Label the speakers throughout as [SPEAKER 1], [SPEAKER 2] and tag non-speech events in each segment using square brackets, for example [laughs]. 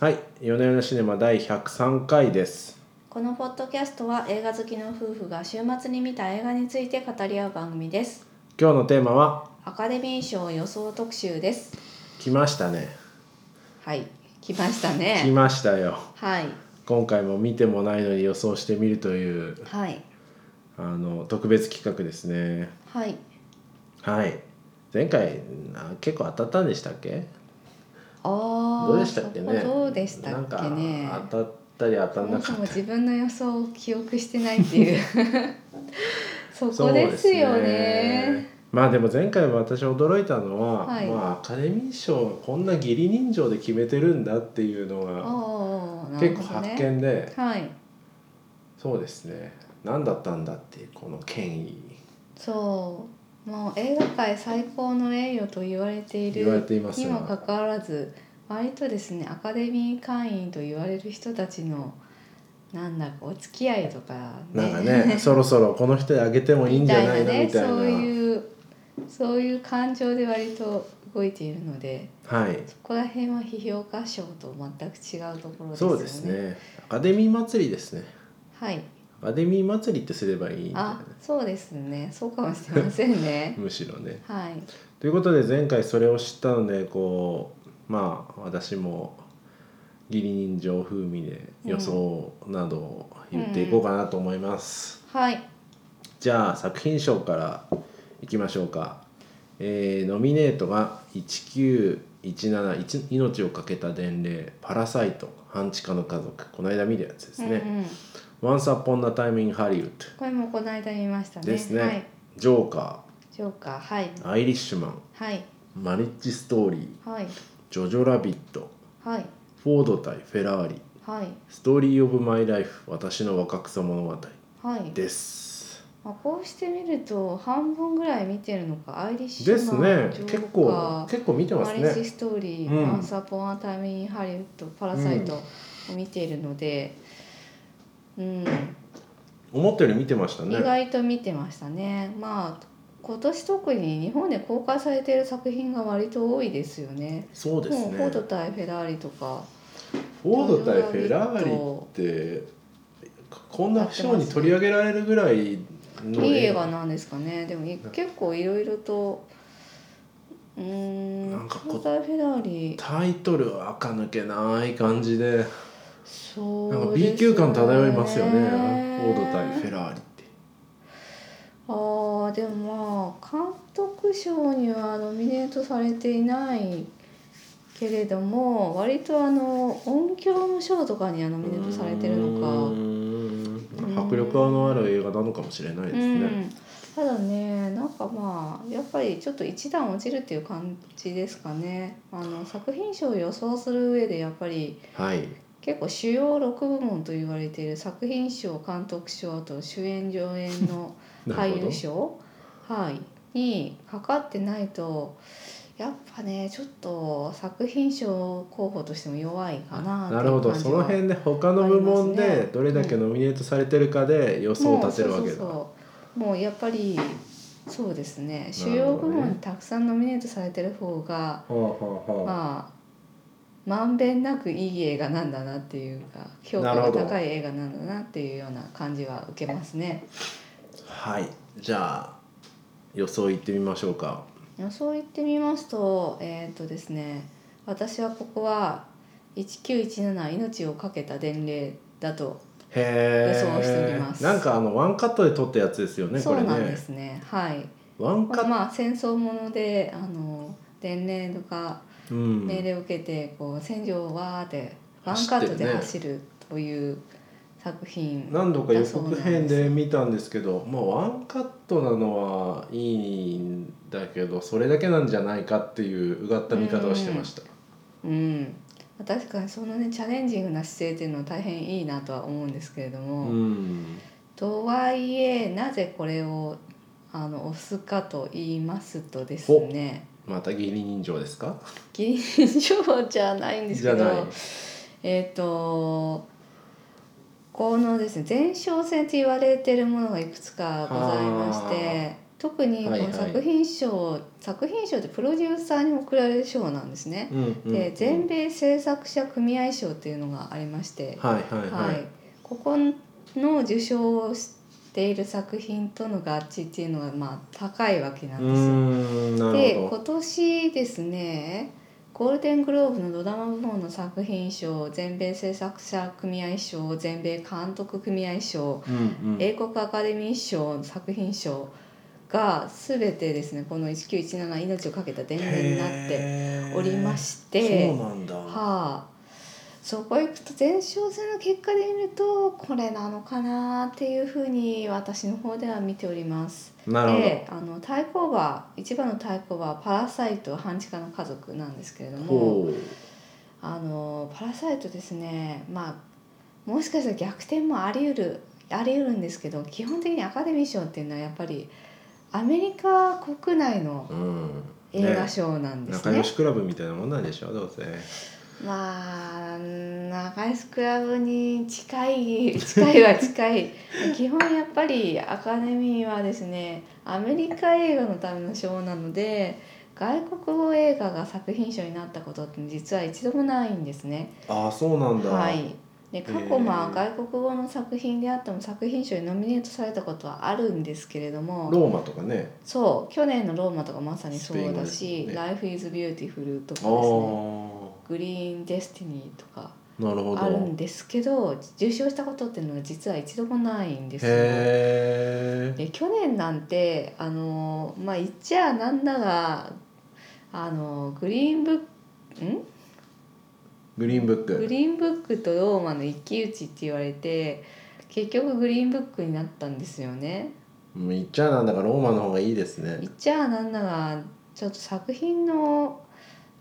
[SPEAKER 1] はい、夜な夜なシネマ第103回です。
[SPEAKER 2] このポッドキャストは映画好きの夫婦が週末に見た映画について語り合う番組です
[SPEAKER 1] 今日のテーマは
[SPEAKER 2] アカデミー賞予想特集です
[SPEAKER 1] 来ましたね。
[SPEAKER 2] はい来ました
[SPEAKER 1] 来
[SPEAKER 2] ね
[SPEAKER 1] ましたよ。
[SPEAKER 2] はい
[SPEAKER 1] 今回も見てもないのに予想してみるという
[SPEAKER 2] はい
[SPEAKER 1] あの特別企画ですね。
[SPEAKER 2] はい
[SPEAKER 1] はい。前回あ結構当たったんでしたっけ？
[SPEAKER 2] ああ
[SPEAKER 1] どうでしたっけね。
[SPEAKER 2] どうでしたっけね
[SPEAKER 1] なんか当たったり当た
[SPEAKER 2] そ
[SPEAKER 1] んな
[SPEAKER 2] も
[SPEAKER 1] か
[SPEAKER 2] そ
[SPEAKER 1] っ
[SPEAKER 2] も自分の予想を記憶してないっ
[SPEAKER 1] [laughs]
[SPEAKER 2] ていうそ
[SPEAKER 1] た。そ
[SPEAKER 2] こ
[SPEAKER 1] う
[SPEAKER 2] ですよね。
[SPEAKER 1] まあでも前回も私驚いたのは、
[SPEAKER 2] はい
[SPEAKER 1] まあアカデミー賞はこんな義理人情で決めてるんだっていうの
[SPEAKER 2] あ
[SPEAKER 1] が
[SPEAKER 2] あなる
[SPEAKER 1] 結構
[SPEAKER 2] ほど
[SPEAKER 1] 発
[SPEAKER 2] ね
[SPEAKER 1] 見で、
[SPEAKER 2] はい
[SPEAKER 1] そうですね何だったんだっていうこの権威
[SPEAKER 2] そうもう映画界最高の栄誉と言われてい
[SPEAKER 1] 言われ
[SPEAKER 2] る
[SPEAKER 1] ています
[SPEAKER 2] にもか
[SPEAKER 1] が
[SPEAKER 2] かわらず割とですねアカデミー会員と言われる人たちのなんだかお付き合いとかね
[SPEAKER 1] なんかねそろそろこの人にあげてもいいんじゃないのみ
[SPEAKER 2] ね
[SPEAKER 1] たいな
[SPEAKER 2] そういうそういう感情で割と動いているので
[SPEAKER 1] はい
[SPEAKER 2] そこら辺は批評家賞と全く違うところですよね。
[SPEAKER 1] そうですねアカデミー祭りですね
[SPEAKER 2] はい
[SPEAKER 1] アカデミー祭りってすればいいんだよ
[SPEAKER 2] あ
[SPEAKER 1] ね
[SPEAKER 2] そうですねそうかもしれませ
[SPEAKER 1] [laughs]
[SPEAKER 2] んね。
[SPEAKER 1] むしろね
[SPEAKER 2] はい
[SPEAKER 1] ということで前回それを知ったのでこうまあ私も義理人情風味で予想などを言っていこうかなと思います、
[SPEAKER 2] はい
[SPEAKER 1] じゃあ作品賞からいきましょうか、えーノミネートが19171「命を懸けた伝令」「パラサイト」「半地下の家族」この間見たやつですね
[SPEAKER 2] うんうん
[SPEAKER 1] 「Once Upon a Time in Hollywood
[SPEAKER 2] これもこの間見ましたね。
[SPEAKER 1] ですね
[SPEAKER 2] はい。」
[SPEAKER 1] 「ジョーカ
[SPEAKER 2] ジョーカー、はい、
[SPEAKER 1] ー」「アイリッシュマン」
[SPEAKER 2] はい、
[SPEAKER 1] 「マリッジストーリー」
[SPEAKER 2] はい、
[SPEAKER 1] 「ジョジョラビット」
[SPEAKER 2] はい、
[SPEAKER 1] 「フォード対フェラーリ」
[SPEAKER 2] はい、
[SPEAKER 1] 「ストーリー・オブ・マイ・ライフ私の若草物語
[SPEAKER 2] はい」。
[SPEAKER 1] です。
[SPEAKER 2] まあ、こうしてみると、半分ぐらい見てるのか、アイリッシュ
[SPEAKER 1] ですね
[SPEAKER 2] ジョーカ
[SPEAKER 1] 結
[SPEAKER 2] ー
[SPEAKER 1] 構結構見てま
[SPEAKER 2] マ
[SPEAKER 1] す
[SPEAKER 2] リッ
[SPEAKER 1] ね
[SPEAKER 2] ジ。ストーリー、
[SPEAKER 1] うん
[SPEAKER 2] アンサーポンアタイムインハリウッド、パラサイトを見ているので。うん、
[SPEAKER 1] 思ったより見てましたね。
[SPEAKER 2] 意外と見てましたね。まあ。今年特に日本で公開されている作品が割と多いですよね。
[SPEAKER 1] そうです
[SPEAKER 2] もう
[SPEAKER 1] ね。
[SPEAKER 2] フォード対フェラーリとか。
[SPEAKER 1] フォード対フェラーリってこんな賞に取り上げられるぐらいの
[SPEAKER 2] いい映画なんですかねでもい結構いろいろとうーん
[SPEAKER 1] なんかこう
[SPEAKER 2] パラサイフェラーリ
[SPEAKER 1] タイトルは垢抜けない感じで
[SPEAKER 2] そう
[SPEAKER 1] なんか B 級感漂いますよねフォード対フェ
[SPEAKER 2] ラ
[SPEAKER 1] ラーリって
[SPEAKER 2] あーでもまあ監督賞にはノミネートされていないけれども割とあの音響の賞とかにはノミネートされてるのか。
[SPEAKER 1] うーん迫力のある映画なのかもしれないですね
[SPEAKER 2] うん、ただねなんかまあやっぱりちょっと一段落ちるっていう感じですかねあの作品賞を予想する上でやっぱり
[SPEAKER 1] はい
[SPEAKER 2] 結構主要6部門と言われている作品賞監督賞あと主演上演の
[SPEAKER 1] なる
[SPEAKER 2] 俳
[SPEAKER 1] ほ
[SPEAKER 2] 優賞、はい、にかかってないとやっぱねちょっと作品賞候補としても弱いか
[SPEAKER 1] ど
[SPEAKER 2] なってい
[SPEAKER 1] な
[SPEAKER 2] う
[SPEAKER 1] るほど
[SPEAKER 2] 感じ
[SPEAKER 1] そ
[SPEAKER 2] は
[SPEAKER 1] の辺で他の部門
[SPEAKER 2] あります
[SPEAKER 1] で
[SPEAKER 2] ね
[SPEAKER 1] どれだけノミネートされてるかで予想を立てるわけだ
[SPEAKER 2] もうそうそうそうもうやっぱりそうですね
[SPEAKER 1] な
[SPEAKER 2] 主
[SPEAKER 1] るほどね
[SPEAKER 2] 要部門にたくさんノミネートされてる方が
[SPEAKER 1] ほうほうほう
[SPEAKER 2] まあまんべんなくいい映画なんだなっていうか評
[SPEAKER 1] な
[SPEAKER 2] 価
[SPEAKER 1] る
[SPEAKER 2] が
[SPEAKER 1] ほど
[SPEAKER 2] 高い映画なんだなっていうような感じは受けますね。
[SPEAKER 1] はいじゃあ予想いってみましょうか
[SPEAKER 2] 予想言ってみますとえーっ、とですね私はここは1917命をかけた伝令だと、
[SPEAKER 1] へえ
[SPEAKER 2] 予想しております
[SPEAKER 1] なんかあのワンカットで撮ったやつですよねこ
[SPEAKER 2] そ
[SPEAKER 1] れ
[SPEAKER 2] うなん
[SPEAKER 1] ね
[SPEAKER 2] ですねはい。
[SPEAKER 1] ワンカット、
[SPEAKER 2] まあ戦争ものであの伝令とか
[SPEAKER 1] うん、
[SPEAKER 2] 命令を受けてこう戦場をわーってワン
[SPEAKER 1] 走っ
[SPEAKER 2] カ
[SPEAKER 1] て
[SPEAKER 2] ッ
[SPEAKER 1] るね
[SPEAKER 2] トで走るという作品
[SPEAKER 1] 何度か予告編
[SPEAKER 2] だそう
[SPEAKER 1] で見たんですけどまあワンカットなのはいいんだけどそれだけなんじゃないかっていううがった見方をしてました、
[SPEAKER 2] うん確かにそのねチャレンジングな姿勢っていうのは大変いいなとは思うんですけれど
[SPEAKER 1] う
[SPEAKER 2] も、
[SPEAKER 1] ん、
[SPEAKER 2] とはいえなぜこれをあの押すかと言いますとですね
[SPEAKER 1] また義理人情ですか
[SPEAKER 2] 銀賞じゃないんです
[SPEAKER 1] じ
[SPEAKER 2] け
[SPEAKER 1] ゃない
[SPEAKER 2] どえっ、とこのですね前哨戦と言われているものがいくつかございまし
[SPEAKER 1] は
[SPEAKER 2] て特にこ
[SPEAKER 1] はいはい
[SPEAKER 2] の作品賞、作品賞ってプロデューサーに贈られる賞なんですね。
[SPEAKER 1] うんうん
[SPEAKER 2] で全米制作者組合賞というのがありまして、
[SPEAKER 1] はいはい
[SPEAKER 2] は
[SPEAKER 1] はいい
[SPEAKER 2] ここの受賞をしている作品との合致っていうのがまあ高いわけな
[SPEAKER 1] うー
[SPEAKER 2] んですよ。
[SPEAKER 1] んな
[SPEAKER 2] で
[SPEAKER 1] るほ
[SPEAKER 2] 今年ですねゴールデングローブのドラマ部門の作品賞全米制作者組合賞全米監督組合賞
[SPEAKER 1] ど、うんうん、
[SPEAKER 2] 英国アカデミー賞作品賞が全てですねこの1917命をかけた伝言になって
[SPEAKER 1] て
[SPEAKER 2] おりまして
[SPEAKER 1] そうなんだ、
[SPEAKER 2] はあそこへ行くと前哨戦の結果で見るとこれなのかなっていうふうに私の方では見ております。
[SPEAKER 1] なるほど、
[SPEAKER 2] であの対抗馬一番の対抗馬は「パラサイト半地下の家族」なんですけれども
[SPEAKER 1] ほう
[SPEAKER 2] あのパラサイトですねまあもしかしたら逆転もあり得るあり得るんですけど基本的にアカデミー賞っていうのはやっぱりアメリカ国内の
[SPEAKER 1] うん、
[SPEAKER 2] 映画
[SPEAKER 1] ね
[SPEAKER 2] 賞なんです
[SPEAKER 1] 仲
[SPEAKER 2] ね。
[SPEAKER 1] 良しクラブみたいなもんなんでしょどうせ
[SPEAKER 2] まあ長いスクラブに近い [laughs] 近いは近い基本やっぱりアカデミーはですねアメリカ映画のための賞なので外国語映画が作品賞になったことって実は一度もないんですね。
[SPEAKER 1] ああそうなんだ、
[SPEAKER 2] はいで過去ま
[SPEAKER 1] へ
[SPEAKER 2] あ
[SPEAKER 1] え
[SPEAKER 2] 外国語の作品であっても作品賞にノミネートされたことはあるんですけれども
[SPEAKER 1] ローマとかね
[SPEAKER 2] そう去年の「ローマ」とかまさにそう
[SPEAKER 1] スペイン語
[SPEAKER 2] だ
[SPEAKER 1] です
[SPEAKER 2] し
[SPEAKER 1] ね
[SPEAKER 2] 「Life is Beautiful」とかです
[SPEAKER 1] ああ
[SPEAKER 2] ね「グリーン・デスティニー」とか
[SPEAKER 1] なるほど
[SPEAKER 2] あるんですけど受賞したことっていうのは実は一度もないんですよ。
[SPEAKER 1] へえ
[SPEAKER 2] で去年なんてあのまあ言っちゃなんだがあのグリーンブックん
[SPEAKER 1] グリーンブック
[SPEAKER 2] グリーンブックとローマの一騎打ちって言われて結局グリーンブックになったんですよね。
[SPEAKER 1] もう言っちゃなんだからローマの方がいいですね
[SPEAKER 2] 言っちゃなんだがちょっと作品の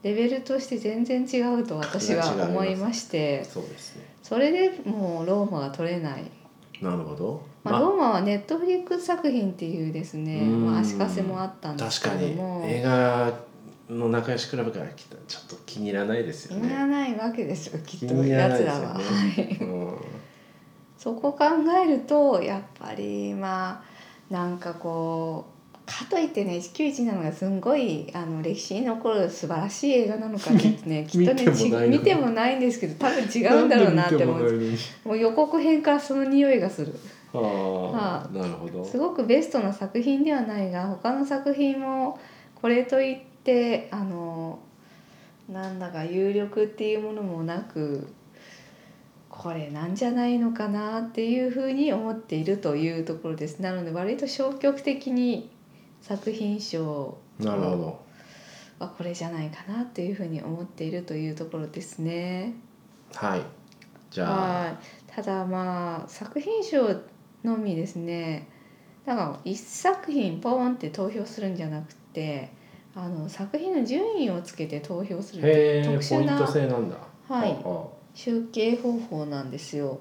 [SPEAKER 2] レベルとして全然違うと私は思いまして
[SPEAKER 1] そうですね
[SPEAKER 2] それでもうローマが取れない
[SPEAKER 1] なるほど
[SPEAKER 2] まあ、ローマはネットフリックス作品っていうですね、
[SPEAKER 1] うん
[SPEAKER 2] まあ、足かせもあったんです
[SPEAKER 1] 確
[SPEAKER 2] け
[SPEAKER 1] か
[SPEAKER 2] れど
[SPEAKER 1] に
[SPEAKER 2] も
[SPEAKER 1] 映画の仲良しクラブから来たらちょっと気に入らないですよ
[SPEAKER 2] 気に入ら
[SPEAKER 1] ね
[SPEAKER 2] ないわけですよきっ
[SPEAKER 1] 気
[SPEAKER 2] と
[SPEAKER 1] に入ら
[SPEAKER 2] や
[SPEAKER 1] ない
[SPEAKER 2] つ
[SPEAKER 1] です
[SPEAKER 2] ら
[SPEAKER 1] よね
[SPEAKER 2] は、はい
[SPEAKER 1] うん
[SPEAKER 2] そこ考えるとやっぱりまあなんかこうかといってね1917がすんごいあの歴史に残る素晴らしい映画なのかって言ってねきっとね
[SPEAKER 1] [laughs] 見てもないの
[SPEAKER 2] ち見てもないんですけど多分違うんだろうなって思
[SPEAKER 1] なんで [laughs]
[SPEAKER 2] う
[SPEAKER 1] 見てもないのに
[SPEAKER 2] もう予告編からその匂いがする。
[SPEAKER 1] あ
[SPEAKER 2] は
[SPEAKER 1] あなるほど
[SPEAKER 2] すごくベストな作品ではないが他の作品もこれといってあのなんだか有力っていうものもなくこれなんじゃないのかなっていうふうに思っているというところですなので割と消極的に作品賞
[SPEAKER 1] なるほど
[SPEAKER 2] はこれじゃないかなっていうふうに思っているというところですね。
[SPEAKER 1] はいじゃあ
[SPEAKER 2] はい、ただまあ作品賞のみですねだから一作品ポーンって投票するんじゃなくてあの作品の順位をつけて投票するってい
[SPEAKER 1] へ
[SPEAKER 2] う
[SPEAKER 1] え
[SPEAKER 2] 特
[SPEAKER 1] ポイ
[SPEAKER 2] 殊
[SPEAKER 1] ント
[SPEAKER 2] な
[SPEAKER 1] 制なんだ
[SPEAKER 2] はい
[SPEAKER 1] ああ
[SPEAKER 2] 集計方法なんですよ。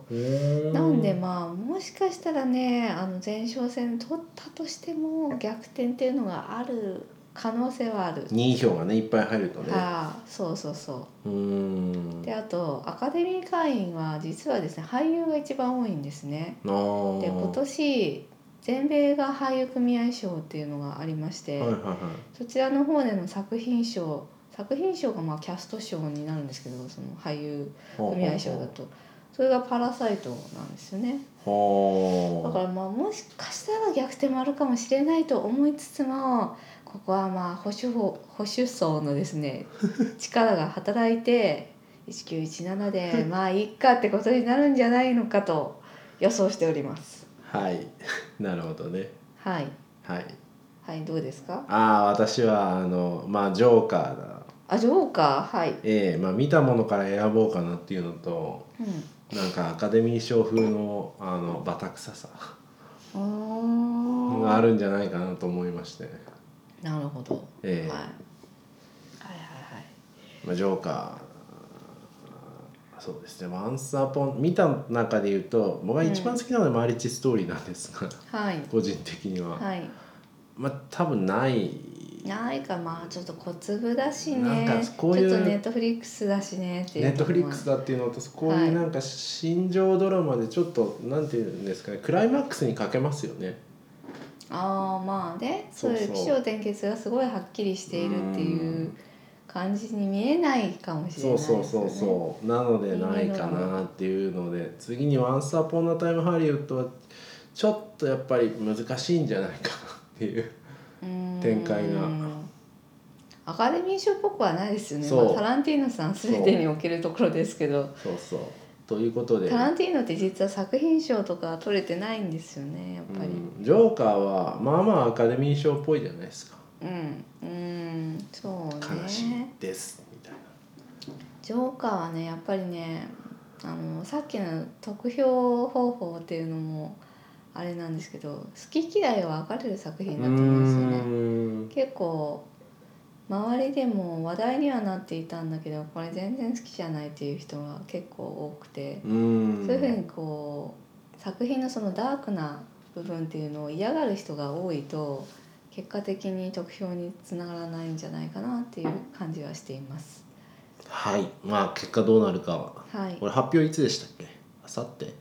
[SPEAKER 2] な
[SPEAKER 1] なん
[SPEAKER 2] でまあもしかしたらねあの前哨戦取ったとしても逆転っていうのがある可能性はある。
[SPEAKER 1] 2票がねいっぱい入るとね
[SPEAKER 2] ああそうそうそう
[SPEAKER 1] ーん
[SPEAKER 2] う。であとアカデミー会員は実はですね俳優が一番多いんですね。
[SPEAKER 1] あー
[SPEAKER 2] で今年全米映画俳優組合賞っていうのがありまして、
[SPEAKER 1] はいはいはい
[SPEAKER 2] そちらの方での作品賞作品賞がまあキャスト賞になるんですけどその俳優
[SPEAKER 1] ほうほうほう
[SPEAKER 2] 組合賞だとそれが「パラサイト」なんですよね
[SPEAKER 1] ほう
[SPEAKER 2] だからまあもしかしたら逆転もあるかもしれないと思いつつもここはまあ保守保保守層のです
[SPEAKER 1] [laughs]
[SPEAKER 2] ね力が働いて1917でまあいいかってことになるんじゃないのかと予想しております。
[SPEAKER 1] はい [laughs] なるほどね
[SPEAKER 2] はい
[SPEAKER 1] はい
[SPEAKER 2] はい、どうですか。
[SPEAKER 1] ああ私はあのまあジョーカーだ
[SPEAKER 2] あ、ジョーカー、はい。
[SPEAKER 1] ええまあ見たものから選ぼうかなっていうのとなんかアカデミー賞風のあのバタ臭さ
[SPEAKER 2] うん。
[SPEAKER 1] があ。るんじゃないかなと思いまして
[SPEAKER 2] なるほど。
[SPEAKER 1] ええ
[SPEAKER 2] はい。はいはい
[SPEAKER 1] まあ、ジョーカーあーそうですね「ワンスアポン」見た中で言うと僕が一番好きなのはマリッチストーリーなんですが、
[SPEAKER 2] はい。
[SPEAKER 1] 個人的には、
[SPEAKER 2] はい。は
[SPEAKER 1] まあ多分ない
[SPEAKER 2] い。ないか、まあ、ちょっと小粒だし
[SPEAKER 1] な
[SPEAKER 2] ね。
[SPEAKER 1] んかこういう
[SPEAKER 2] ちょっとネットフリックスだしね。ってい
[SPEAKER 1] ネ
[SPEAKER 2] う
[SPEAKER 1] ットフリックス
[SPEAKER 2] だ。
[SPEAKER 1] だっていうのとこう
[SPEAKER 2] はいいう
[SPEAKER 1] なんか心情ドラマでちょっとなんていうんですかねクライマックスにかけますよね
[SPEAKER 2] ああまあね
[SPEAKER 1] そ
[SPEAKER 2] そうう
[SPEAKER 1] そう
[SPEAKER 2] いう起承転結がすごいはっきりしているっていう感じに見えないかもしれ
[SPEAKER 1] そ
[SPEAKER 2] ないうですよ
[SPEAKER 1] そう
[SPEAKER 2] ね。
[SPEAKER 1] そうそうなのでないかなっていうので次に「ワンスアポンのタイムハリウッド」はちょっとやっぱり難しいんじゃないかなっていう
[SPEAKER 2] うーん
[SPEAKER 1] 展開が
[SPEAKER 2] アカデミー賞っぽくはないですよね、
[SPEAKER 1] そう
[SPEAKER 2] まあ、タランティーノさん全てにおけるところですけど
[SPEAKER 1] そうそうということで
[SPEAKER 2] タランティーノって実は作品賞とか取れてないんですよねやっぱり。
[SPEAKER 1] うんジョーカーはまあまあアカデミー賞っぽいじゃないですか
[SPEAKER 2] うん、うん、そう
[SPEAKER 1] 悲しい
[SPEAKER 2] ね。
[SPEAKER 1] ですみたいな
[SPEAKER 2] ジョーカーはね、やっぱりね、あのさっきの得票方法っていうのもあれなんですけど、好き嫌いは分かれる作品だと思うんですよね。
[SPEAKER 1] う
[SPEAKER 2] 結構周りでも話題にはなっていたんだけど、これ全然好きじゃないっていう人が結構多くて、
[SPEAKER 1] ーん
[SPEAKER 2] そういうふうにこう作品のそのダークな部分っていうのを嫌がる人が多いと結果的に得票につながらないんじゃないかなっていう感じはしています。
[SPEAKER 1] はいまあ結果どうなるかは
[SPEAKER 2] はい
[SPEAKER 1] こ。れ発表いつでしたっけ明後日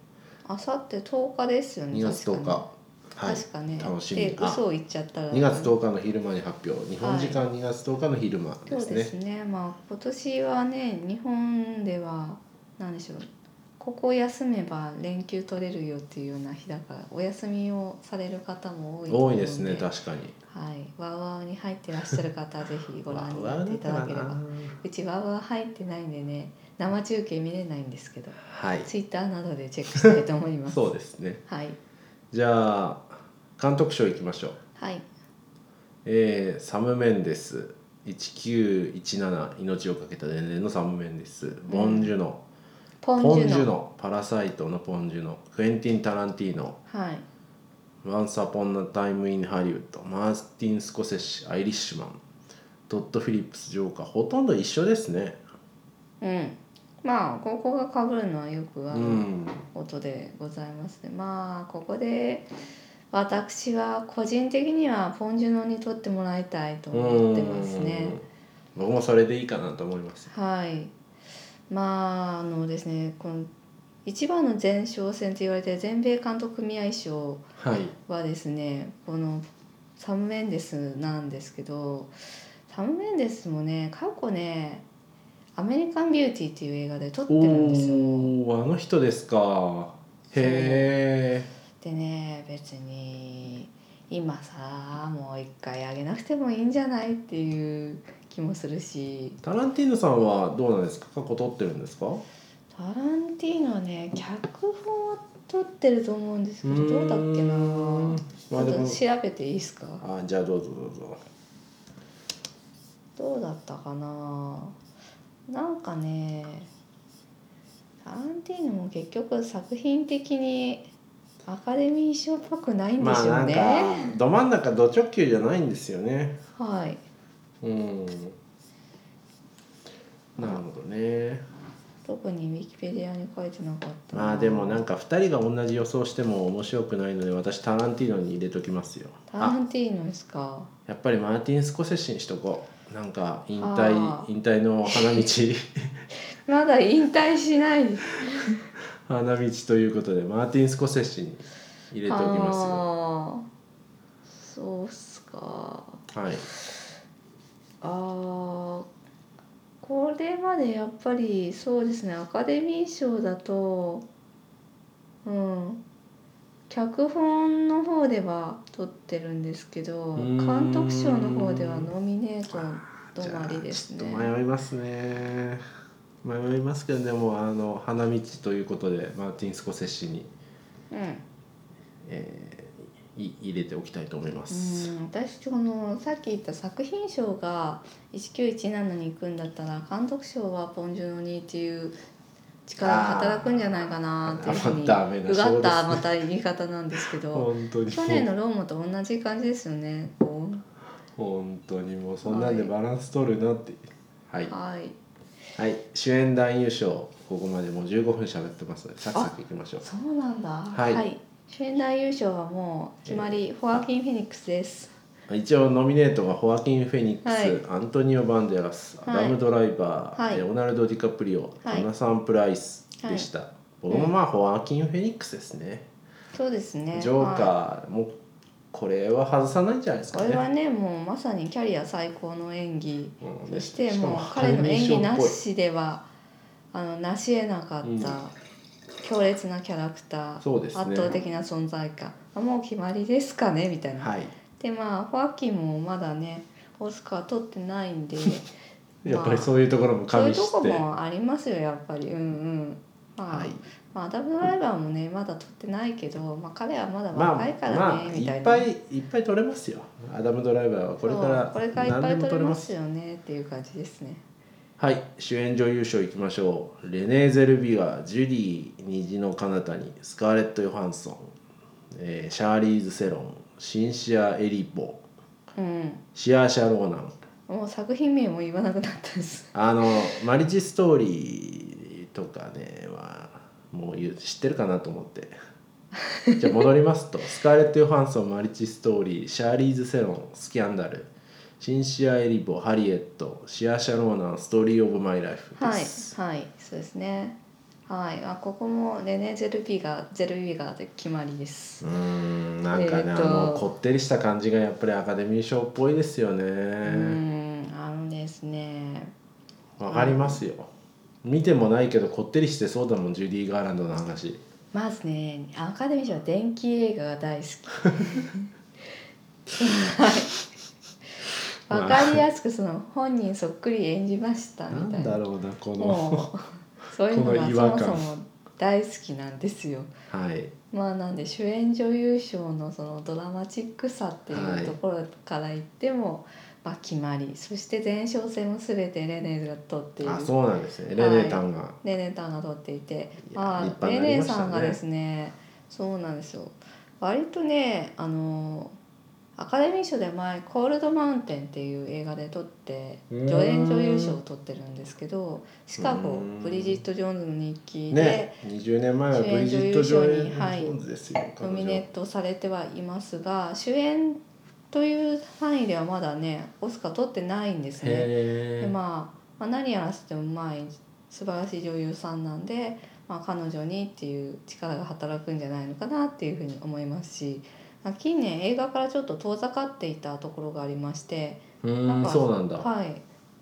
[SPEAKER 2] あさって10日ですよね。
[SPEAKER 1] 2月10日は
[SPEAKER 2] 確かね。
[SPEAKER 1] い楽しみ
[SPEAKER 2] で
[SPEAKER 1] あ
[SPEAKER 2] 嘘を言っちゃったら。
[SPEAKER 1] 2月10日の昼間に発表日本時間2月10日の昼間
[SPEAKER 2] そ
[SPEAKER 1] で
[SPEAKER 2] う
[SPEAKER 1] す
[SPEAKER 2] で
[SPEAKER 1] ね、
[SPEAKER 2] すね。まあ今年はね日本ではなんでしょう。ここ休めば連休取れるよっていうような日だからお休みをされる方も多いと思
[SPEAKER 1] 多
[SPEAKER 2] うん
[SPEAKER 1] い
[SPEAKER 2] で
[SPEAKER 1] ですね確かに
[SPEAKER 2] はい、ワーワーに入ってらっしゃる方はぜひご覧に
[SPEAKER 1] わ
[SPEAKER 2] なっていただけれ
[SPEAKER 1] わわ
[SPEAKER 2] ば
[SPEAKER 1] だからな
[SPEAKER 2] うちワーワー入ってないんでね生中継見れないんですけど
[SPEAKER 1] はい
[SPEAKER 2] ツイッターなどでチェックしたいと思います
[SPEAKER 1] そうですね
[SPEAKER 2] はい
[SPEAKER 1] じゃあ監督賞いきましょう
[SPEAKER 2] はい
[SPEAKER 1] えーサム・メンデス1917命をかけた伝令のサム・メンデスボン・ジュノ、
[SPEAKER 2] ポン
[SPEAKER 1] ポン・
[SPEAKER 2] ジ
[SPEAKER 1] ジ
[SPEAKER 2] ュノ
[SPEAKER 1] ュノパラサイトのポン・ジュノクエンティン・タランティーノ
[SPEAKER 2] はい
[SPEAKER 1] ワンサポンナタイムインハリウッドマーティン・スコセッシアイリッシュマンドット・フィリップス・ジョーカーほとんど一緒ですね
[SPEAKER 2] うんまあここが被るのはよくあ
[SPEAKER 1] う
[SPEAKER 2] る
[SPEAKER 1] ん
[SPEAKER 2] ことでございますね、まあここで私は個人的にはポンジュノに取ってもらいたいと思ってますね、
[SPEAKER 1] うん僕もそれでいいかなと思います
[SPEAKER 2] はい。まああのですね、この一番の前哨戦と言われている全米監督組合賞
[SPEAKER 1] はい
[SPEAKER 2] はですね、このサム・メンデスなんですけど、サム・メンデスもね、過去ね、アメリカン・ビューティーっていう映画で撮って
[SPEAKER 1] お
[SPEAKER 2] るんですよ。
[SPEAKER 1] おーあの人ですかへ
[SPEAKER 2] でね、別に今さもう一回あげなくてもいいんじゃないっていう気もするし。
[SPEAKER 1] えタランティーノさんはどうなんですか過去撮ってるんですか
[SPEAKER 2] タランティーノはね脚本は撮ってると思うんですけどどうだっけな
[SPEAKER 1] うーんまあで
[SPEAKER 2] ちょ
[SPEAKER 1] も
[SPEAKER 2] っと調べていいですか
[SPEAKER 1] あじゃあどうぞどうぞ
[SPEAKER 2] どうだったかななんかねタランティーノも結局作品的にアカデミー賞っぽくないんで
[SPEAKER 1] まあ
[SPEAKER 2] す
[SPEAKER 1] な
[SPEAKER 2] よ
[SPEAKER 1] ん
[SPEAKER 2] ね、
[SPEAKER 1] かど真ん中ド直球じゃないんですよね
[SPEAKER 2] はい
[SPEAKER 1] うんなるほどね
[SPEAKER 2] 特にウィキペディアに書いてなかった
[SPEAKER 1] まあでもなん
[SPEAKER 2] か
[SPEAKER 1] か2人が同じ予想しても面白くないので私タランティーノに入れときますよ
[SPEAKER 2] タラ
[SPEAKER 1] あ
[SPEAKER 2] ンティーノですか
[SPEAKER 1] やっぱりマーティン・スコセッシにしとこうなんか引
[SPEAKER 2] あ
[SPEAKER 1] 退
[SPEAKER 2] ー
[SPEAKER 1] 引退の花道 [laughs]
[SPEAKER 2] まだ引退しないです
[SPEAKER 1] 花道ということでマーティン・スコセッシに入れておきますよ
[SPEAKER 2] あーそうっすか
[SPEAKER 1] はい
[SPEAKER 2] あーこれまでやっぱりそうですねアカデミー賞だとうん脚本の方では取ってるんですけど
[SPEAKER 1] うーん
[SPEAKER 2] 監督賞の方ではノミネート
[SPEAKER 1] じ
[SPEAKER 2] 止
[SPEAKER 1] ゃ
[SPEAKER 2] ま
[SPEAKER 1] あ
[SPEAKER 2] りです
[SPEAKER 1] ちょ
[SPEAKER 2] ね
[SPEAKER 1] っと迷いますね迷いますけどでもあの花道ということでマーティン・スコセッシに、
[SPEAKER 2] うん
[SPEAKER 1] えーい入れておきたいと思います
[SPEAKER 2] うん私このさっき言った作品賞が1917に行くんだったら監督賞はポン・ジュノにっていう力が働くんじゃないかなっていうふうに
[SPEAKER 1] あーダメな
[SPEAKER 2] うが
[SPEAKER 1] 賞です
[SPEAKER 2] った
[SPEAKER 1] ね
[SPEAKER 2] また言い方なんですけど
[SPEAKER 1] 本当に
[SPEAKER 2] 去年のローマと同じ感じですよね。こう
[SPEAKER 1] 本当にもうそんなんで
[SPEAKER 2] はい
[SPEAKER 1] バランス取るなってはい、は
[SPEAKER 2] はい
[SPEAKER 1] い主演男優賞ここまでもう15分喋ってますのでサクサクいきましょう
[SPEAKER 2] そうなんだ、
[SPEAKER 1] はい
[SPEAKER 2] 主演男優賞はもう決まり、ホアキン・フェニックスです。
[SPEAKER 1] 一応ノミネートがホアキン・フェニックス、アントニオ・バンデラスア
[SPEAKER 2] はい
[SPEAKER 1] ダム・ドライバー、
[SPEAKER 2] はい
[SPEAKER 1] レオナルド・ディカプリオ、
[SPEAKER 2] はい
[SPEAKER 1] アナサン・プライスでした、僕もまあホアキン・フェニックスですね、
[SPEAKER 2] そうですね。
[SPEAKER 1] ジョーカ
[SPEAKER 2] はい
[SPEAKER 1] ーもこれは外さないんじゃないです
[SPEAKER 2] こ
[SPEAKER 1] かね。
[SPEAKER 2] れはねもうまさにキャリア最高の演技
[SPEAKER 1] うん
[SPEAKER 2] そ
[SPEAKER 1] で
[SPEAKER 2] して
[SPEAKER 1] しか
[SPEAKER 2] もう彼の演技な
[SPEAKER 1] 怪文
[SPEAKER 2] しではあの成し得なかった、
[SPEAKER 1] うん
[SPEAKER 2] 強烈なキャラクター、
[SPEAKER 1] そうですね
[SPEAKER 2] 圧倒的な存在感あもう決まりですかねみたいな、
[SPEAKER 1] はい。
[SPEAKER 2] でまあファーキンもまだねオスカー取ってないん
[SPEAKER 1] [laughs]
[SPEAKER 2] で
[SPEAKER 1] やっぱりそういうところも加
[SPEAKER 2] そうい
[SPEAKER 1] 味
[SPEAKER 2] う
[SPEAKER 1] して。
[SPEAKER 2] とこもありますよやっぱりうんうんまあ、
[SPEAKER 1] はい。
[SPEAKER 2] まあ、アダム・ドライバーもねまだ取ってないけど、まあ、彼はまだ
[SPEAKER 1] まあ、
[SPEAKER 2] 若いからね、
[SPEAKER 1] まあ、い
[SPEAKER 2] みたい
[SPEAKER 1] っ
[SPEAKER 2] な
[SPEAKER 1] ぱいいっぱい取れますよ。アダムドライバーはこれか
[SPEAKER 2] そうこれかららいっぱ
[SPEAKER 1] 何
[SPEAKER 2] い
[SPEAKER 1] でも
[SPEAKER 2] 取
[SPEAKER 1] 取
[SPEAKER 2] れ
[SPEAKER 1] れま
[SPEAKER 2] ますす。よねっていう感じですね
[SPEAKER 1] はい、主演女優賞いきましょう。レネーゼルビア、ジュリー、虹の彼方に、スカーレット・ヨハンソン、えーシャーリーズ・セロン、シンシア・エリポ、
[SPEAKER 2] うん
[SPEAKER 1] シアーシャ・ローナン。
[SPEAKER 2] もう作品名も言わなくなったです。
[SPEAKER 1] あの、マリッジ・ストーリーとかね、は、もう言う知ってるかなと思
[SPEAKER 2] [laughs]
[SPEAKER 1] って。じゃあ戻りますと、スカーレット・ヨハンソン、マリッジ・ストーリー、シャーリーズ・セロン、スキャンダル、シンシア・エリポ、ハリエット、シアーシャ・ローナン、ストーリー・オブ・マイ・ライフで
[SPEAKER 2] [laughs] はい
[SPEAKER 1] す。
[SPEAKER 2] はいそうですね。はいあここもレネゼルビガゼルビガで決まりです。
[SPEAKER 1] うーんなんかね、
[SPEAKER 2] えーと
[SPEAKER 1] あのこってりした感じがやっぱりアカデミー賞っぽいですよ
[SPEAKER 2] う
[SPEAKER 1] ね
[SPEAKER 2] んあのですね。
[SPEAKER 1] わ、かりますよ見てもないけどこってりしてそうだもんジュディ・ガーランドの話
[SPEAKER 2] まずねアカデミー賞は電気映画が大好
[SPEAKER 1] [laughs]
[SPEAKER 2] き。はい。わかりやすくその本人そっくり演じました
[SPEAKER 1] な
[SPEAKER 2] みた
[SPEAKER 1] ん
[SPEAKER 2] いな。
[SPEAKER 1] だろうなこの
[SPEAKER 2] もうそういうのが
[SPEAKER 1] この違
[SPEAKER 2] そ
[SPEAKER 1] 和
[SPEAKER 2] も
[SPEAKER 1] 感
[SPEAKER 2] そも大好きなんですよ。
[SPEAKER 1] はい
[SPEAKER 2] まあなんで主演女優賞のそのドラマチックさっていうところから言っても、まあ決まりそして前哨戦も全てレネが取っている
[SPEAKER 1] あそうなんですねレネタンが、
[SPEAKER 2] レネタンが取っていて
[SPEAKER 1] いや
[SPEAKER 2] ま
[SPEAKER 1] 立派
[SPEAKER 2] あ
[SPEAKER 1] に
[SPEAKER 2] レ
[SPEAKER 1] なり
[SPEAKER 2] ネ
[SPEAKER 1] ましたね
[SPEAKER 2] さんがですねそうなんですよ割とねあのアカデミー賞で前「コールドマウンテン」っていう映画で撮って
[SPEAKER 1] うーん
[SPEAKER 2] 助演女優賞を取ってるんですけどシカ
[SPEAKER 1] う
[SPEAKER 2] ゴ
[SPEAKER 1] ーん
[SPEAKER 2] ブリジット・ジョーンズの日記で、
[SPEAKER 1] ね20年前はブリジット・ジョ
[SPEAKER 2] 主演女優賞にはい
[SPEAKER 1] ーンズですよ、彼
[SPEAKER 2] ノ
[SPEAKER 1] 女
[SPEAKER 2] ミネートされてはいますが主演という範囲ではまだねオスカー取ってないんですね。
[SPEAKER 1] へ
[SPEAKER 2] で
[SPEAKER 1] え、
[SPEAKER 2] まあ、まあ何やらせてもうまい素晴らしい女優さんなんで、まあ、彼女にっていう力が働くんじゃないのかなっていうふうに思いますし、まあ、近年映画からちょっと遠ざかっていたところがありまして
[SPEAKER 1] う
[SPEAKER 2] な
[SPEAKER 1] ー
[SPEAKER 2] ん
[SPEAKER 1] ん
[SPEAKER 2] か
[SPEAKER 1] そうなんだ、
[SPEAKER 2] はい、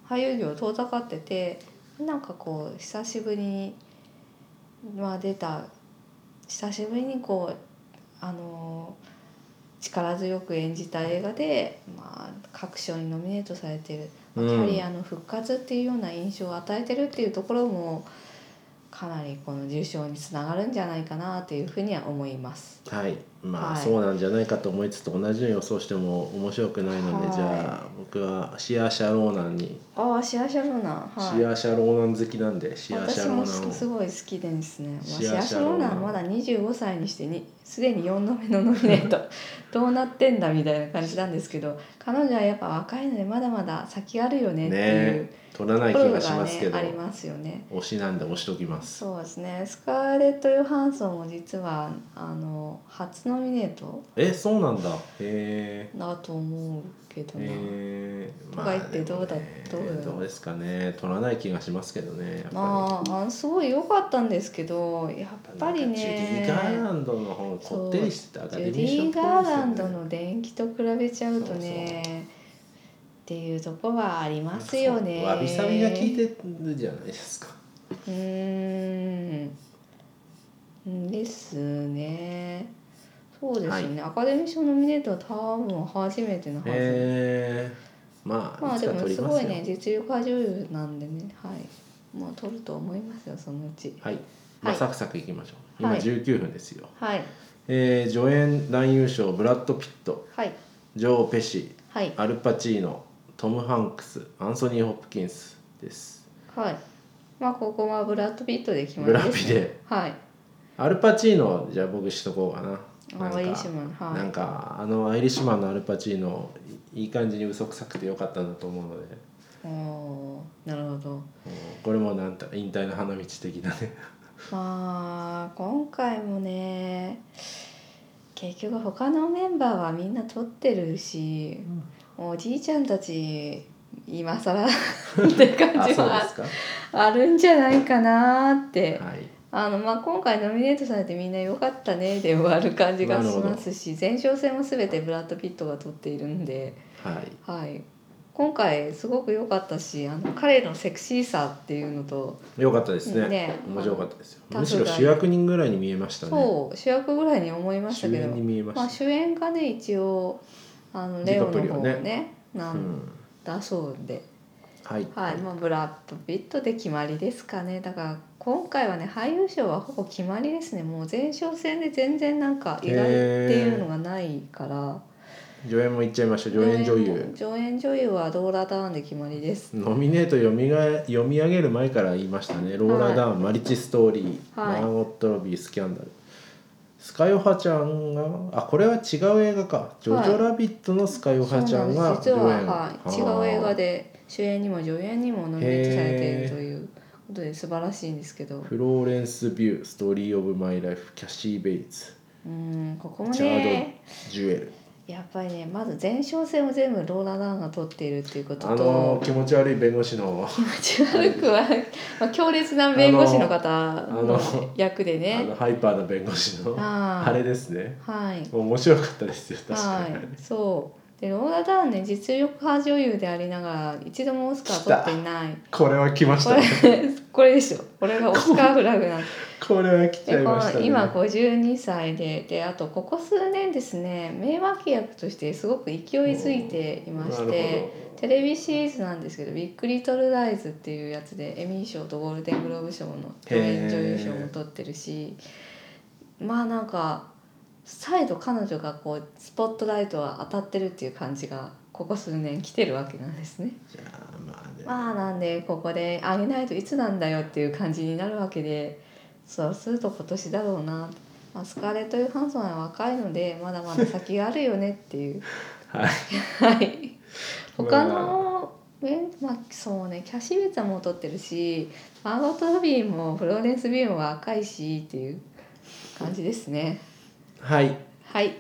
[SPEAKER 2] 俳優業遠ざかっててなんかこう久しぶりに、まあ、出た久しぶりにこうあのー力強く演じた映画で、まあ、各賞にノミネートされてる、まあ
[SPEAKER 1] うん
[SPEAKER 2] キャリアの復活っていうような印象を与えてるっていうところもかなりこの受賞につながるんじゃないかなっていうふうには思います。
[SPEAKER 1] はいまあ、
[SPEAKER 2] はい
[SPEAKER 1] そうなんじゃないかと思いつつ同じように予想しても面白くないので、
[SPEAKER 2] はい
[SPEAKER 1] じゃあ僕はシアーシャ・ローナンに
[SPEAKER 2] ああシアシャローナはい
[SPEAKER 1] シアーシャローナン好きなんでシアーシ
[SPEAKER 2] 私
[SPEAKER 1] ャローナン
[SPEAKER 2] も
[SPEAKER 1] を
[SPEAKER 2] すごい好きですね。まあ
[SPEAKER 1] シ
[SPEAKER 2] シ
[SPEAKER 1] ア
[SPEAKER 2] ア
[SPEAKER 1] シ
[SPEAKER 2] シ
[SPEAKER 1] ャ
[SPEAKER 2] ャ
[SPEAKER 1] ロ
[SPEAKER 2] ロ
[SPEAKER 1] ー
[SPEAKER 2] ー
[SPEAKER 1] ナ
[SPEAKER 2] ナはまだ25歳にしてにすでに4度目のノミネート [laughs] どうなってんだみたいな感じなんですけど彼女はやっぱ若いのでまだまだ先あるよねっていう
[SPEAKER 1] ね取らない
[SPEAKER 2] と
[SPEAKER 1] 気
[SPEAKER 2] ころ
[SPEAKER 1] がし
[SPEAKER 2] が
[SPEAKER 1] ますけ
[SPEAKER 2] ね
[SPEAKER 1] ど、
[SPEAKER 2] ありますよね。
[SPEAKER 1] 推しなんで押しときます
[SPEAKER 2] そうですねスカーレット・ヨハンソンも実はあの初ノミネート
[SPEAKER 1] えそうなんだへえ
[SPEAKER 2] だと思うけどな、
[SPEAKER 1] えー、
[SPEAKER 2] とか言ってどうだ
[SPEAKER 1] でもね
[SPEAKER 2] どうだ
[SPEAKER 1] どうですかね取らない気がしますけどねやっぱり
[SPEAKER 2] まああのすごい良かったんですけどやっぱりね
[SPEAKER 1] ジュディ・ガーランドの方こってりしてたア
[SPEAKER 2] ジ
[SPEAKER 1] カデ
[SPEAKER 2] ュデ
[SPEAKER 1] ミー賞
[SPEAKER 2] ィ・
[SPEAKER 1] っぽいですよね
[SPEAKER 2] ガーランドの電気と比べちゃうとねっていうとこはありますよね。
[SPEAKER 1] わびさびが効いてるじゃないですか
[SPEAKER 2] うーんですね。そうですね、アカデミー賞ノミネートは多分初めてのはず。
[SPEAKER 1] へえまあ
[SPEAKER 2] まあ
[SPEAKER 1] い
[SPEAKER 2] で
[SPEAKER 1] つか
[SPEAKER 2] も
[SPEAKER 1] 取り
[SPEAKER 2] す
[SPEAKER 1] ます
[SPEAKER 2] ごい
[SPEAKER 1] よ
[SPEAKER 2] ね実力派女優なんでねはいもう取ると思いますよそのうち。
[SPEAKER 1] はい、まあ、
[SPEAKER 2] はい
[SPEAKER 1] サクサクいきましょう今
[SPEAKER 2] はい
[SPEAKER 1] 19分ですよ、
[SPEAKER 2] はい
[SPEAKER 1] えー助演男優賞ブラッド・ピット
[SPEAKER 2] はい
[SPEAKER 1] ジョー・ペシ
[SPEAKER 2] はい
[SPEAKER 1] アルパチーノトム・ハンクスアンソニー・ホプキンスです
[SPEAKER 2] はい。まあここはブラッド・ピットで決ま
[SPEAKER 1] ブ
[SPEAKER 2] り
[SPEAKER 1] ラ
[SPEAKER 2] で
[SPEAKER 1] ピ
[SPEAKER 2] す。
[SPEAKER 1] で
[SPEAKER 2] はい。
[SPEAKER 1] アルパチーノじゃあ僕しとこうかな
[SPEAKER 2] アイ
[SPEAKER 1] な
[SPEAKER 2] リ
[SPEAKER 1] ん
[SPEAKER 2] ッ
[SPEAKER 1] か
[SPEAKER 2] シュマンはい。
[SPEAKER 1] なんかあのアイリッシュマンのアルパチーノいい感じに嘘くさくてよかったなと思うので
[SPEAKER 2] おーなるほど
[SPEAKER 1] うんこれもなんた引退の花道的な
[SPEAKER 2] [laughs]
[SPEAKER 1] ね
[SPEAKER 2] まあ今回もね結局他のメンバーはみんな取ってるし、おじいちゃんたち今更 [laughs] って感
[SPEAKER 1] あ
[SPEAKER 2] じ
[SPEAKER 1] そうで
[SPEAKER 2] は
[SPEAKER 1] すかは
[SPEAKER 2] あるんじゃないかなって
[SPEAKER 1] い
[SPEAKER 2] あのまあ、今回ノミネートされてみんな良かったねで終わる感じがしますし前哨戦も全てブラッド・ピットが取っているんで、
[SPEAKER 1] はい
[SPEAKER 2] はい、今回すごく良かったしあの彼のセクシーさっていうのと、
[SPEAKER 1] 良かったですね
[SPEAKER 2] ね
[SPEAKER 1] 面白かったですよ
[SPEAKER 2] あの
[SPEAKER 1] むしろ主役人ぐらいに見えましたね
[SPEAKER 2] そう主役ぐらいに思いました
[SPEAKER 1] 主
[SPEAKER 2] けど
[SPEAKER 1] 演に見えま
[SPEAKER 2] まあ、
[SPEAKER 1] した、
[SPEAKER 2] 主演がね一応あのレオの
[SPEAKER 1] ディカ
[SPEAKER 2] 方
[SPEAKER 1] プリオ
[SPEAKER 2] ねな
[SPEAKER 1] うんん
[SPEAKER 2] だそうで、
[SPEAKER 1] はい、
[SPEAKER 2] はいまあ、ブラッド・ピットで決まりですかねだから今回はね俳優賞はほぼ決まりですねもう前哨戦で全然なんか意外っていうのがないから
[SPEAKER 1] 助演も言っちゃいましょう助演女優
[SPEAKER 2] 上演女優はローラ・ダーンで決まりです
[SPEAKER 1] ノミネート読みが読み上げる前から言いましたね「ローラ・ダウン」マリッチ・ストーリー」
[SPEAKER 2] はい
[SPEAKER 1] マーゴット・ロビー」「スキャンダル」スカヨハちゃんがあこれは違う映画か「ジョジョ・ラビット」のスカヨ
[SPEAKER 2] そう
[SPEAKER 1] ハ
[SPEAKER 2] なんです
[SPEAKER 1] ちゃんが
[SPEAKER 2] 実は、
[SPEAKER 1] は
[SPEAKER 2] はい、違う映画で主演にも女優にもノミネートされているということで素晴らしいんですけど
[SPEAKER 1] フローレンス・ビュー「ストーリー・オブ・マイ・ライフ」「キャシー・ベイツ
[SPEAKER 2] うんここ」も
[SPEAKER 1] 「チャード
[SPEAKER 2] ね」
[SPEAKER 1] 「ジュエル」
[SPEAKER 2] やっぱりねまず前哨戦を全部ローラ・ダーンが取っているっていうことと、
[SPEAKER 1] あのー気持ち悪い弁護士の
[SPEAKER 2] 気持ち悪くは、 [laughs] まあ、強烈な弁護士の方の
[SPEAKER 1] あの
[SPEAKER 2] 役で
[SPEAKER 1] あ
[SPEAKER 2] ね
[SPEAKER 1] のハイパーな弁護士の
[SPEAKER 2] あー
[SPEAKER 1] あれですね
[SPEAKER 2] はい
[SPEAKER 1] 面白かったですよ確かに、
[SPEAKER 2] はいそうでローラ・ダーンね実力派女優でありながら一度もオスカー取っていない
[SPEAKER 1] これは来まし
[SPEAKER 2] こ
[SPEAKER 1] たね
[SPEAKER 2] れ [laughs] これでしょこれがオスカーフラグなんです
[SPEAKER 1] これは [laughs] 来ちゃ
[SPEAKER 2] で
[SPEAKER 1] い
[SPEAKER 2] こ
[SPEAKER 1] ました
[SPEAKER 2] の
[SPEAKER 1] ね
[SPEAKER 2] 今52歳でであとここ数年ですね名脇役としてすごく勢いづいていまし
[SPEAKER 1] なる
[SPEAKER 2] てテレビシリーズなんですけど「ビッグリトルライズ」っていうやつでエミー賞とゴールデングローブ賞の共演女優賞も取ってるしまあなんか再度彼女がこうスポットライトが当たってるっていう感じがここ数年来てるわけなんですね。
[SPEAKER 1] ほどじゃあまあね、
[SPEAKER 2] まあなんでここであげないといつなんだよっていう感じになるわけでそうすると今年だろうな、まあ、スカーレット・ヨハンソンは若いのでまだまだ先があるよねっていう
[SPEAKER 1] はい
[SPEAKER 2] はい他の、えまあ、そうねキャシー・ベッツはもう取ってるしマーゴット・ロビーもフローレンス・ビームは若いしっていう感じですね
[SPEAKER 1] はい
[SPEAKER 2] はい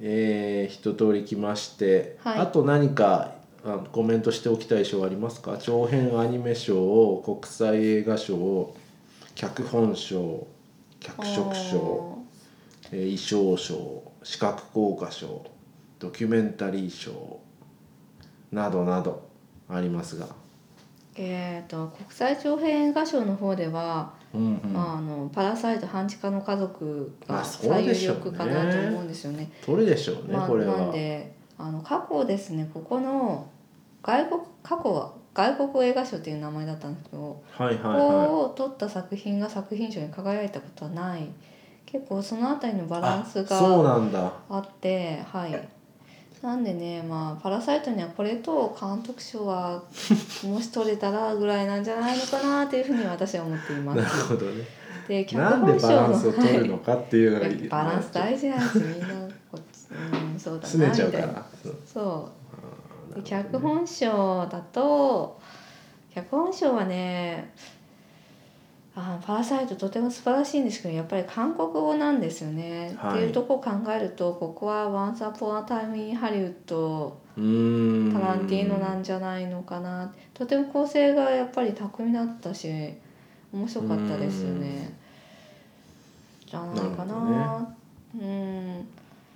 [SPEAKER 1] えー、一通り来まして、
[SPEAKER 2] はい
[SPEAKER 1] あと何かあコメントしておきたい賞ありますか長編アニメ賞国際映画賞脚本賞脚色賞、えー衣装賞視覚効果賞ドキュメンタリー賞などなどありますが、
[SPEAKER 2] えー、と国際長編映画賞の方では
[SPEAKER 1] うんうん
[SPEAKER 2] まあ、あのパラサイト半地下の家族
[SPEAKER 1] ま
[SPEAKER 2] が
[SPEAKER 1] あそう
[SPEAKER 2] 最
[SPEAKER 1] でし
[SPEAKER 2] 有
[SPEAKER 1] ょうね
[SPEAKER 2] 力かなと思うんですよね。
[SPEAKER 1] 取るでしょうね、
[SPEAKER 2] まあ、
[SPEAKER 1] これは。
[SPEAKER 2] なんであの過去ですねここの外国過去は外国映画賞っていう名前だったんですけど、
[SPEAKER 1] はいはい
[SPEAKER 2] こ
[SPEAKER 1] は
[SPEAKER 2] こを取った作品が作品賞に輝いたことはない結構そのあたりのバ
[SPEAKER 1] い。
[SPEAKER 2] ランス
[SPEAKER 1] あそう
[SPEAKER 2] が [laughs]
[SPEAKER 1] なんだ。
[SPEAKER 2] あってはい。なんでねまあ「パラサイト」にはこれと監督賞はもし取れたらぐらいなんじゃないのかなというふうに私は思っていま
[SPEAKER 1] なる [laughs]
[SPEAKER 2] す。
[SPEAKER 1] ほどね。
[SPEAKER 2] で脚
[SPEAKER 1] なん
[SPEAKER 2] 本
[SPEAKER 1] で
[SPEAKER 2] 賞
[SPEAKER 1] バランスを
[SPEAKER 2] の
[SPEAKER 1] 取るのかっていうのが
[SPEAKER 2] はいい
[SPEAKER 1] い、
[SPEAKER 2] バランス大事なんですみんなこっち、うん、そうだ
[SPEAKER 1] 拗
[SPEAKER 2] な
[SPEAKER 1] ね
[SPEAKER 2] み
[SPEAKER 1] ちゃうか
[SPEAKER 2] たいな
[SPEAKER 1] ら。そう
[SPEAKER 2] そうで
[SPEAKER 1] なるほ
[SPEAKER 2] 脚
[SPEAKER 1] どね
[SPEAKER 2] 本賞だと脚本賞はねあーパラサイトとても素晴らしいんですけどやっぱり韓国語なんですよね、
[SPEAKER 1] はい
[SPEAKER 2] っていうとこを考えるとここは「ワン e アポ o タイムインハリウッド
[SPEAKER 1] うーん。
[SPEAKER 2] タランティーノなんじゃないのかなとても構成がやっぱり巧みだったし面白かったですよねじゃないかなうん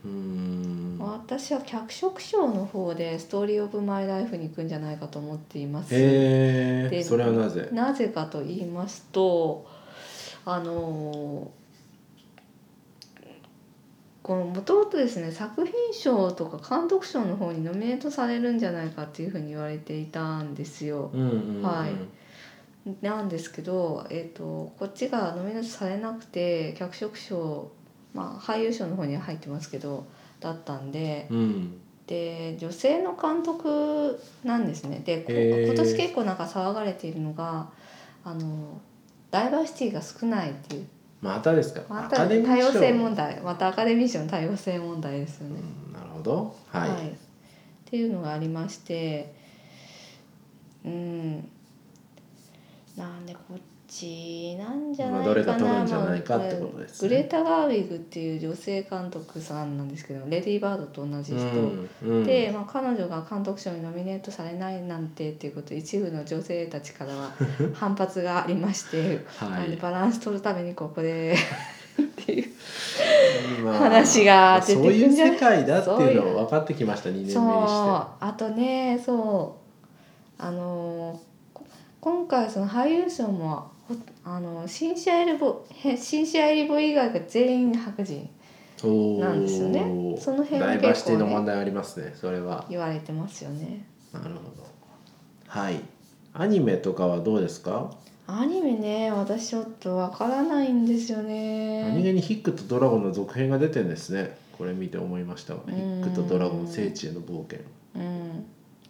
[SPEAKER 1] うーん。
[SPEAKER 2] 私は脚色賞の方で「ストーリー・オブ・マイ・ライフ」に行くんじゃないかと思っています、
[SPEAKER 1] へえ。
[SPEAKER 2] で
[SPEAKER 1] それはなぜ。
[SPEAKER 2] なぜかと言いますとあのこのもともとですね作品賞とか監督賞の方にノミネートされるんじゃないかっていうふうに言われていたんですよ。
[SPEAKER 1] うんうん、うん。
[SPEAKER 2] はいなんですけど、えー、とこっちがノミネートされなくて脚色賞、まあ、俳優賞の方には入ってますけどだったんで
[SPEAKER 1] うん。
[SPEAKER 2] で女性の監督なんですねでこ
[SPEAKER 1] へー
[SPEAKER 2] 今年結構なんか騒がれているのがあのダイバーシティが少ないっていう
[SPEAKER 1] またですか。
[SPEAKER 2] ま
[SPEAKER 1] ア
[SPEAKER 2] た
[SPEAKER 1] カデミ
[SPEAKER 2] 多
[SPEAKER 1] ー
[SPEAKER 2] 様
[SPEAKER 1] 賞
[SPEAKER 2] 性問題またアカデミー賞の多様性問題ですよね。
[SPEAKER 1] うんなるほど。はい。
[SPEAKER 2] っていうのがありましてうんなんでこっちなんじゃない
[SPEAKER 1] まあどれ
[SPEAKER 2] か
[SPEAKER 1] か
[SPEAKER 2] な
[SPEAKER 1] 取るんじゃないかってことですね
[SPEAKER 2] グレタ・ガーウィグっていう女性監督さんなんですけどレディー・バードと同じ人、
[SPEAKER 1] うん
[SPEAKER 2] で、まあ、彼女が監督賞にノミネートされないなんてっていうことで一部の女性たちからは
[SPEAKER 1] [laughs]
[SPEAKER 2] 反発がありまして、
[SPEAKER 1] は
[SPEAKER 2] あの
[SPEAKER 1] い
[SPEAKER 2] バランス取るためにこ
[SPEAKER 1] [laughs]
[SPEAKER 2] こでっていう
[SPEAKER 1] まあ
[SPEAKER 2] 話が出て
[SPEAKER 1] そうい
[SPEAKER 2] く
[SPEAKER 1] うん
[SPEAKER 2] じゃ
[SPEAKER 1] 世
[SPEAKER 2] ない
[SPEAKER 1] 界だっていう
[SPEAKER 2] そう
[SPEAKER 1] の
[SPEAKER 2] いう
[SPEAKER 1] を分かってきました2年目にして
[SPEAKER 2] そうあとねそうあのーこ今回その俳優賞もほあのシンシアエルボへシンシアエリボ以外が全員白人
[SPEAKER 1] そう
[SPEAKER 2] なんですよねその辺は
[SPEAKER 1] ダ
[SPEAKER 2] 結構ね
[SPEAKER 1] イバーシティの問題ありますねそれは
[SPEAKER 2] 言われてますよね。
[SPEAKER 1] なるほどはいアニメとかはどうですか、
[SPEAKER 2] アニメね私ちょっとわからないんですよ
[SPEAKER 1] 何
[SPEAKER 2] ね。
[SPEAKER 1] 気にヒックとドラゴンの続編が出てんですねこれ見て思いましたわヒックとドラゴン聖地への冒険
[SPEAKER 2] うん、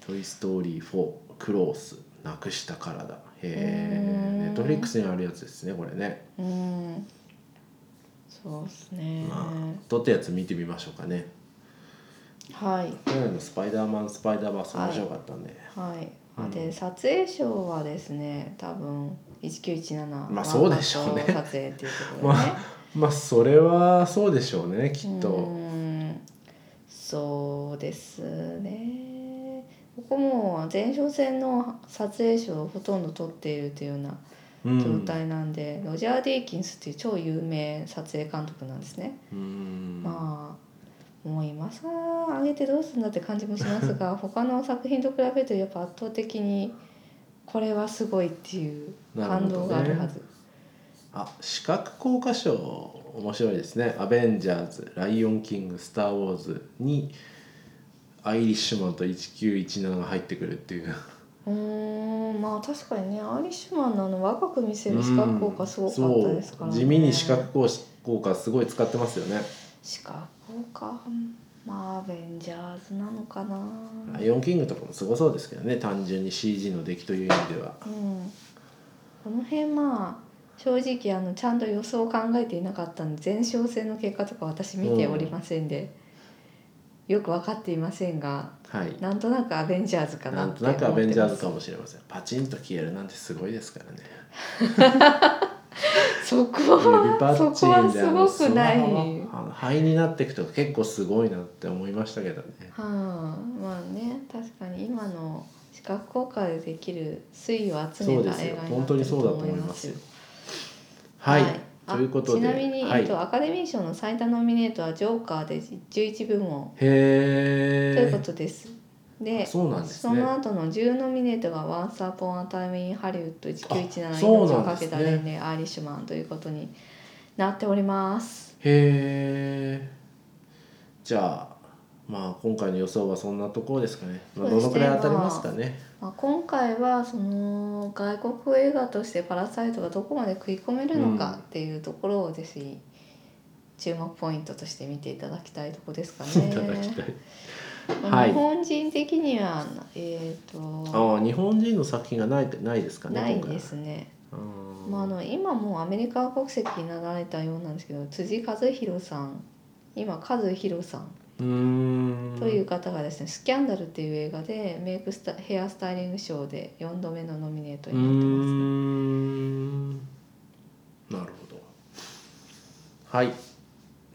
[SPEAKER 1] トイ・ストーリー4クロースなくした体
[SPEAKER 2] う
[SPEAKER 1] へ
[SPEAKER 2] ん
[SPEAKER 1] えネットフリックスにあるやつですねこれね
[SPEAKER 2] うん、そうですね。
[SPEAKER 1] まあ撮ったやつ見てみましょうかね
[SPEAKER 2] はい
[SPEAKER 1] 去年のスパイダーマンスパイダーバース面白かったんで、
[SPEAKER 2] はい。
[SPEAKER 1] うん
[SPEAKER 2] で撮影賞はですね多分1917
[SPEAKER 1] まあそうでしょうね
[SPEAKER 2] ワンカット撮影っていうところでね。
[SPEAKER 1] まあそれはそうでしょうねきっ
[SPEAKER 2] う
[SPEAKER 1] と
[SPEAKER 2] ーんそうですねここも前哨戦の撮影賞をほとんど取っているというような
[SPEAKER 1] うん
[SPEAKER 2] 状態なんで、ロジャー・ディーキンスっていう超有名撮影監督なんですね、
[SPEAKER 1] うん
[SPEAKER 2] まあもう今さ上げてどうするんだって感じもしま
[SPEAKER 1] [laughs]
[SPEAKER 2] すが他の作品と比べるとやっぱ圧倒的にこれはすごいっていう感動があるはず、
[SPEAKER 1] あ視覚効果賞面白いですね「アベンジャーズ」「ライオンキング」「スター・ウォーズ」に「アイリッシュマン」と「1917」が入ってくるっていう
[SPEAKER 2] うーんまあ確かにねアイリッシュマンのあの若く見せる視覚効果すごかったですからね、
[SPEAKER 1] そう地味に視覚効効果すごい使ってますよね
[SPEAKER 2] 視覚効果まあアベンジャーズなのかな
[SPEAKER 1] 「ライオンキング」とかもすごそうですけどね単純に CG の出来という意味では
[SPEAKER 2] うんこの辺まあ正直あのちゃんと予想を考えていなかったんで前哨戦の結果とか私見ておりませんで、よく分かっていませんが
[SPEAKER 1] はい
[SPEAKER 2] なんとなくアベンジャーズか
[SPEAKER 1] な
[SPEAKER 2] なっ
[SPEAKER 1] ん
[SPEAKER 2] て
[SPEAKER 1] と
[SPEAKER 2] 思
[SPEAKER 1] な
[SPEAKER 2] って
[SPEAKER 1] くア
[SPEAKER 2] ます
[SPEAKER 1] ベンジャーズかもしれませんパチンと消えるなんてすごいですからね
[SPEAKER 2] そこはそこはすごくない
[SPEAKER 1] あのあの灰になっていくと結構すごいなって思いましたけどね
[SPEAKER 2] はあ、まあね確かに今の視覚効果でできる推移を集
[SPEAKER 1] そ
[SPEAKER 2] め
[SPEAKER 1] うで
[SPEAKER 2] た
[SPEAKER 1] す
[SPEAKER 2] 映
[SPEAKER 1] よ
[SPEAKER 2] 画にな
[SPEAKER 1] 本
[SPEAKER 2] って
[SPEAKER 1] 当
[SPEAKER 2] る
[SPEAKER 1] に
[SPEAKER 2] と
[SPEAKER 1] そうだと
[SPEAKER 2] 思
[SPEAKER 1] 思
[SPEAKER 2] い
[SPEAKER 1] い
[SPEAKER 2] ま
[SPEAKER 1] ますすよはい、
[SPEAKER 2] あ
[SPEAKER 1] ということで
[SPEAKER 2] ちなみに、
[SPEAKER 1] は
[SPEAKER 2] えっ
[SPEAKER 1] い、
[SPEAKER 2] と、アカデミー賞の最多ノミネートは「ジョーカー」で11部門というこ
[SPEAKER 1] へ
[SPEAKER 2] とです。
[SPEAKER 1] え
[SPEAKER 2] で
[SPEAKER 1] そうなんです
[SPEAKER 2] そ
[SPEAKER 1] ね
[SPEAKER 2] の後の10ノミネートが「ワンスアポンアタイムインハリウッド1917
[SPEAKER 1] あ
[SPEAKER 2] 命
[SPEAKER 1] そう
[SPEAKER 2] を
[SPEAKER 1] なん
[SPEAKER 2] か
[SPEAKER 1] ですね
[SPEAKER 2] けた年齢アイリッシュマン」ということになっております。
[SPEAKER 1] へえじゃあまあ今回の予想はそんなところですかね、まあ、
[SPEAKER 2] そう
[SPEAKER 1] どの
[SPEAKER 2] ですね
[SPEAKER 1] くらい当たりますかね、
[SPEAKER 2] まあ、今回はその外国映画として「パラサイト」がどこまで食い込めるのかっていうところをぜひ注目ポイントとして見ていただきたいとこですかね。
[SPEAKER 1] いただきたい
[SPEAKER 2] まあ
[SPEAKER 1] はい
[SPEAKER 2] 日本人的にはえっ、と
[SPEAKER 1] ああ日本人の作品がないないですかね
[SPEAKER 2] ない
[SPEAKER 1] 今回
[SPEAKER 2] で
[SPEAKER 1] は
[SPEAKER 2] すね。
[SPEAKER 1] あー
[SPEAKER 2] まああの今もうアメリカ国籍になられたようなんですけど辻和弘さん今和弘さん
[SPEAKER 1] うーん
[SPEAKER 2] という方がですね「スキャンダル」っていう映画でメイクスタヘアスタイリング賞で4度目のノミネート
[SPEAKER 1] うー
[SPEAKER 2] にな
[SPEAKER 1] ん
[SPEAKER 2] ってます。
[SPEAKER 1] なるほどはい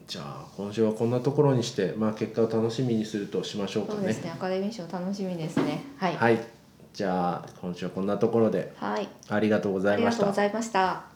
[SPEAKER 1] じゃあ今週はこんなところにして、まあ、結果を楽しみにするとしましょうか
[SPEAKER 2] そう
[SPEAKER 1] ね
[SPEAKER 2] ですね。アカデミー賞楽しみですね。はい。
[SPEAKER 1] はいじゃあ今週はこんなところで
[SPEAKER 2] はい。
[SPEAKER 1] ありがとうござ
[SPEAKER 2] あ
[SPEAKER 1] い
[SPEAKER 2] り
[SPEAKER 1] ま
[SPEAKER 2] が
[SPEAKER 1] し
[SPEAKER 2] とう
[SPEAKER 1] た
[SPEAKER 2] ございました。